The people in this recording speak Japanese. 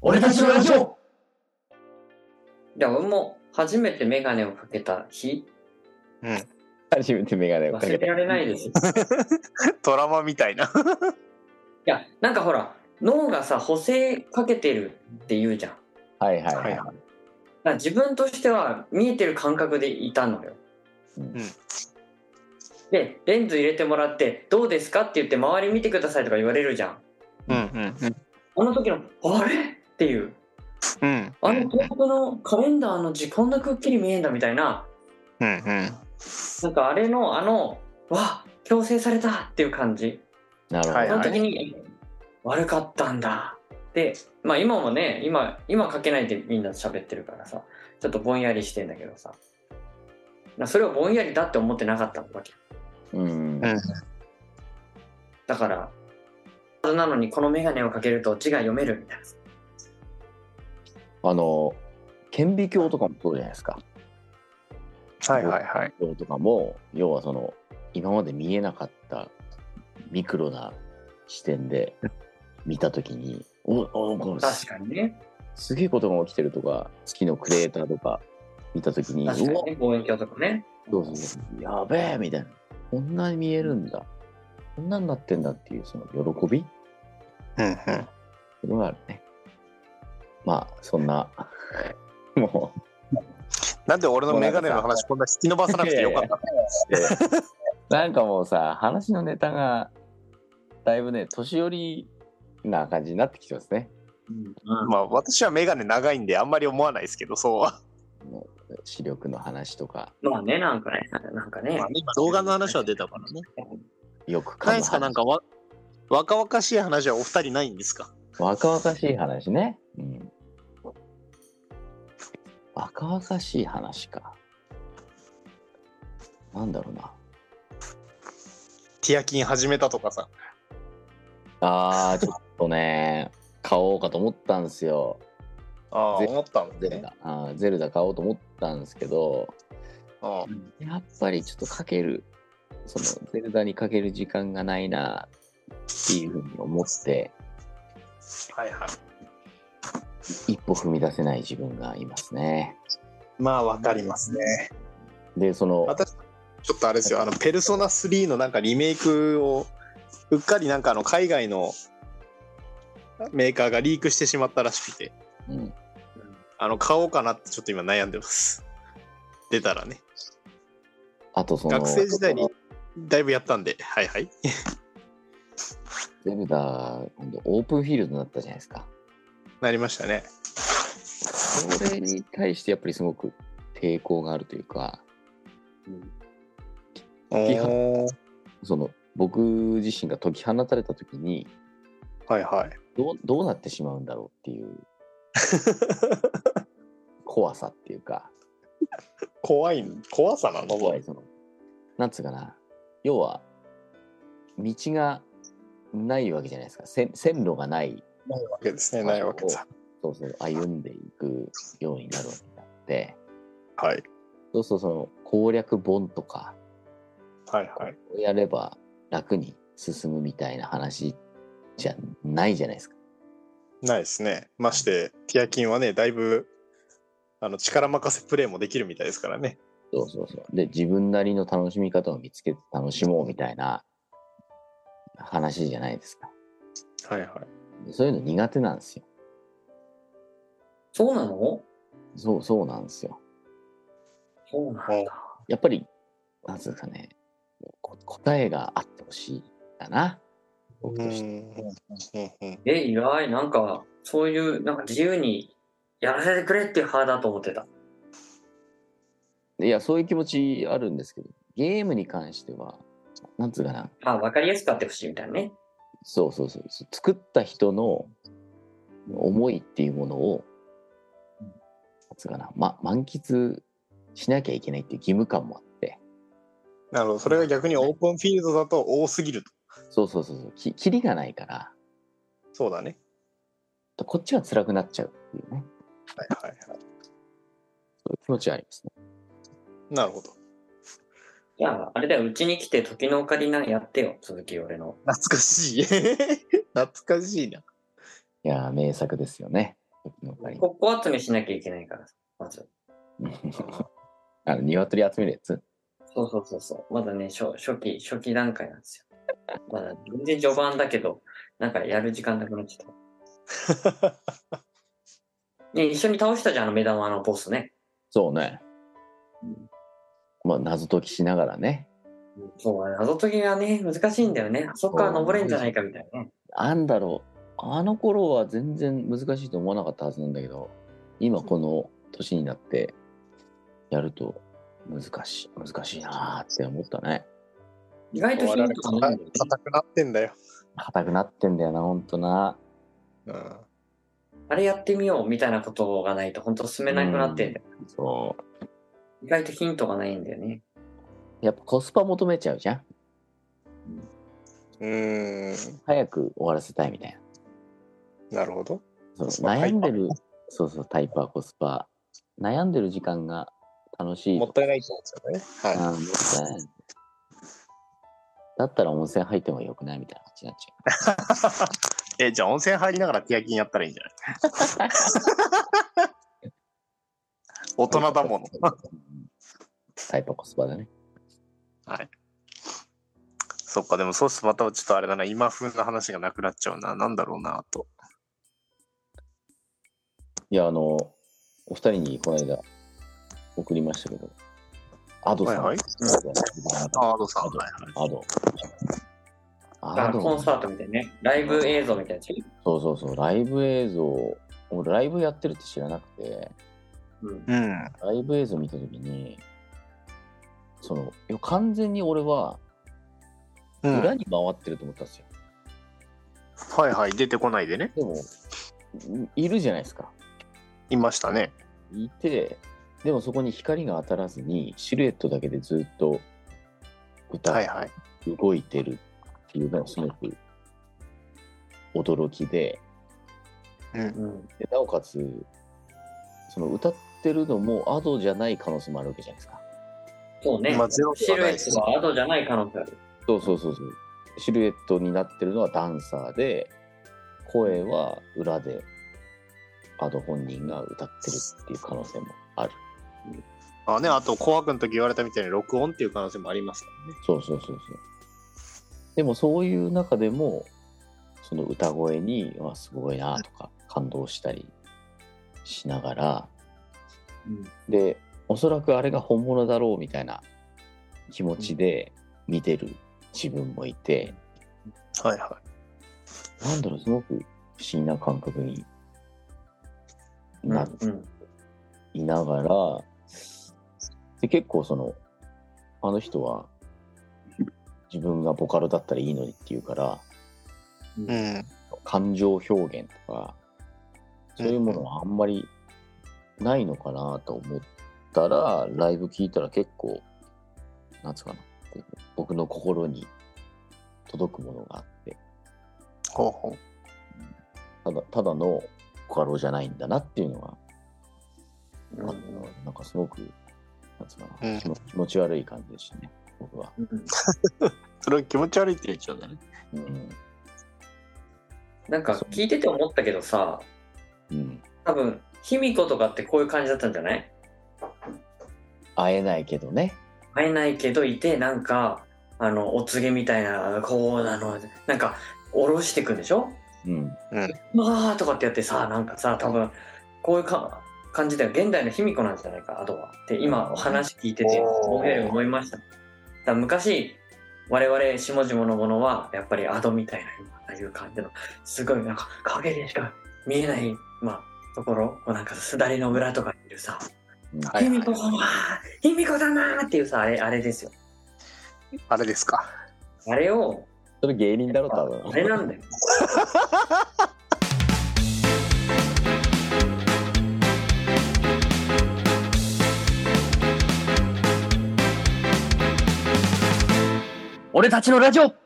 俺たちのラジオでも俺も初めてメガネをかけた日初めてメガネをかけた忘れ。られないです。いトラマみたいな。やなんかほら脳がさ補正かけてるって言うじゃん。だかはいはいはい。はら自分としては見えてる感覚でいたのよ。うんでレンズ入れてもらって「どうですか?」って言って「周り見てください」とか言われるじゃん。うんうんうん。あの時の「あれ?」っていううん。あの東北のカレンダーの字こんなくっきり見えんだみたいなうんうん。なんかあれのあの「わ強制された!」っていう感じなるほど。はいその時に、悪かったんだでまあ今もね今今書けないでみんな喋ってるからさちょっとぼんやりしてんだけどさまあそれをぼんやりだって思ってなかったわけうん。だからそれなのにこの眼鏡をかけると字が読めるみたいなさあの、顕微鏡とかもそうじゃないですか。はいはいは顕い。微鏡とかも、要はその、今まで見えなかったミクロな視点で見たときに、おおこれ確すかにねすげえことが起きてるとか、月のクレーターとか見たときに、確かうにわね望遠鏡とかねどうぞやべえみたいな。こんなに見えるんだ。こんなになってんだっていうその喜びうんうん。っていうのがあるね。まあ、そんな、 もう、なんで俺のメガネの話こんな引き伸ばさなくてよかったの なんかもうさ、話のネタが、だいぶね、年寄りな感じになってきてますね。まあ私はメガネ長いんであんまり思わないですけど、そうは。視力の話とか、まあねなんかねなんかね、今動画の話は出たからね。よくな噛いでむすかなん話。かわ若々しい話はお二人ないんですか若々しい話ね。うん。若々しい話か。なんだろうな。ティアキン始めたとかさ。ああ、ちょっと ね、買おうかと思ったんですよ。ああ、ぜ思ったんゼで、ルね。ダ。あーゼルダ買おうと思ったんですけど、あやっぱりちょっとかける、そのゼルダにかける時間がないなっていうふうに思って、あはいはい。一歩踏み出せない自分がいますね。まあわかりますね。で、その、私、ちょっとあれですよ、あの、ペルソナ3のなんかリメイクを、うっかりなんかあの、海外のメーカーがリークしてしまったらしくて、うん、あの、買おうかなってちょっと今悩んでます。出たらね。あとその、学生時代にだいぶやったんで、はいはい。ゼルダ、今度オープンフィールドになったじゃないですか。なりましたね。それに対してやっぱりすごく抵抗があるというか、おーその、僕自身が解き放たれた時に、はいはい。 どうどうなってしまうんだろうっていう怖さっていうか怖い、怖さなの怖いそのなんつうかな要は道がないわけじゃないですか線線路がないないわけですね、ないわけさ。そうそう歩んでいくようになるわけになってはい。そうするとその攻略本とかはいはい。をやれば楽に進むみたいな話じゃないじゃないですか。ないですね。まして、ティアキンはね、だいぶ、あの、力任せプレーもできるみたいですからね。そうそうそう。で、自分なりの楽しみ方を見つけて楽しもうみたいな話じゃないですか。はいはい。そういうの苦手なんですよ。そうなのそう、そうなんですよ。そうなんだやっぱり、なんつうかね、こ答えがあってほしいかな。僕として。うんえ意外なんかそういうなんか自由にやらせてくれっていう派だと思ってたいや、そういう気持ちあるんですけど、ゲームに関しては、なんつうかな、あ分かりやすくあってほしいみたいなねそうそうそうそう、作った人の思いっていうものを、なんつうかな、ま、満喫しなきゃいけないっていう義務感もあって、なるほど。それが逆にオープンフィールドだと多すぎると。そうそうそうそうきキリがないからそうだね。こっちが辛くなっちゃうっていうねはいはいそうはいう気持ちはありますねい。なるほど。じゃああれだようちに来て時のオカリナやってよ続き俺の懐かしい。懐かしいな。いやー名作ですよねの他にココア集めしなきゃいけないからさ、まず。 あの鶏集めるやつそうそうそうそう。まだね、初初期、初期段階なんですよ。 まだ全然序盤だけど、なんかやる時間なくなっちゃった。ね、一緒に倒したじゃん、あの目玉のボスね。そうねうん。まあ謎解きしながらね。そうだね、謎解きがね、難しいんだよね。あそこから登れんじゃないかみたいなね。あんだろう。あの頃は全然難しいと思わなかったはずなんだけど、今この年になってやると難しい、難しいなーって思ったね。意外とヒントがないんだよね。硬くなってんだよ。硬くなってんだよな、ほんとな。うんあれやってみようみたいなことがないと、本当進めなくなってんだよ、そ意外とヒントがないんだよね。う。やっぱコスパ求めちゃうじゃん。うーん、早く終わらせたいみたいなるほど。な。そコスうパ悩んでる、そうそう、タイパー、コスパ。悩んでる時間が楽しい。もったいないと思うんですよね。はあーもったいないだったら温泉入ってもよくないみたいな感じになっちゃう。い。え、じゃあ温泉入りながらティアキンやったらいいんじゃない大人だもの。うん。タイパコスパだね。そっか、でもそうするとまたちょっとあれだな、今風な話がなくなっちゃうな。なんだろうな、と。いや、あの、お二人にこの間送りましたけど、アドさん。はいはいあアドさんはいアド。だかアらド。コンサートみたいなね、ライブ映像みたいなやつ。そうそうそう、ライブ映像、俺ライブやってるって知らなくて、うん。うん。ライブ映像見たときに、その、いや完全に俺はうん、裏に回ってると思ったんですよ。はいはい、出てこないでね。でも、いいるじゃないですか。いましたね。いて、でもそこに光が当たらずに、シルエットだけでずっと歌、はいはい。動いてるっていうのがすごく驚きで、うん。うん。でなおかつ、その歌ってるのもアドじゃない可能性もあるわけじゃないですか。そうね。まあゼロでシはルなエいですットはアドじゃない可能性ある。そうそうそうそう。シルエットになってるのはダンサーで、声は裏で、アド本人が歌ってるっていう可能性もある。あね、あと、紅白の時言われたみたいに録音っていう可能性もありますからね。そうそうそうそう。でもそういう中でも、その歌声に、わすごいなとか感動したりしながら、うん。で、おそらくあれが本物だろうみたいな気持ちで見てる自分もいて、はいはなんだろう、すごく不思議な感覚にうんなっうん。いながら、で結構その、あの人は、自分がボカロだったらいいのにっていうから、い。うん。感情表現とか、そういうものはあんまりないのかなと思ったら、ライブ聞いたら結構、なんつうかな、こう僕の心に届くものがあって、ほうほう。ただ、ただのボカロじゃないんだなっていうのがうんあったのでなんかすごく、なんつうかな、うん気持気持ち悪い感じでしたね、僕は。うんそれは気持ち悪いって言っちゃうんだね。うん。なんか聞いてて思ったけどさ、うん。多分、卑弥呼とかってこういう感じだったんじゃない会えないけどね。会えないけどいて、なんか、あの、お告げみたいな、こうなの、なんか、下ろしてくんでしょうん。うわーとかってやってさなんかさ多分こういうか感じだよ現代の卑弥呼なんじゃないかアドはって今お話聞いてておー思える思いましただから昔我々下々のものはやっぱりアドみたいなああいう感じのすごいなんか影でしか見えないまあところこうなんかすだりの裏とかにいるさうん「卑弥呼様卑弥呼様!」っていうさあれあれですよあれですか。あれをそれ芸人だろ、多あれ分。なんだよ俺たちのラジオ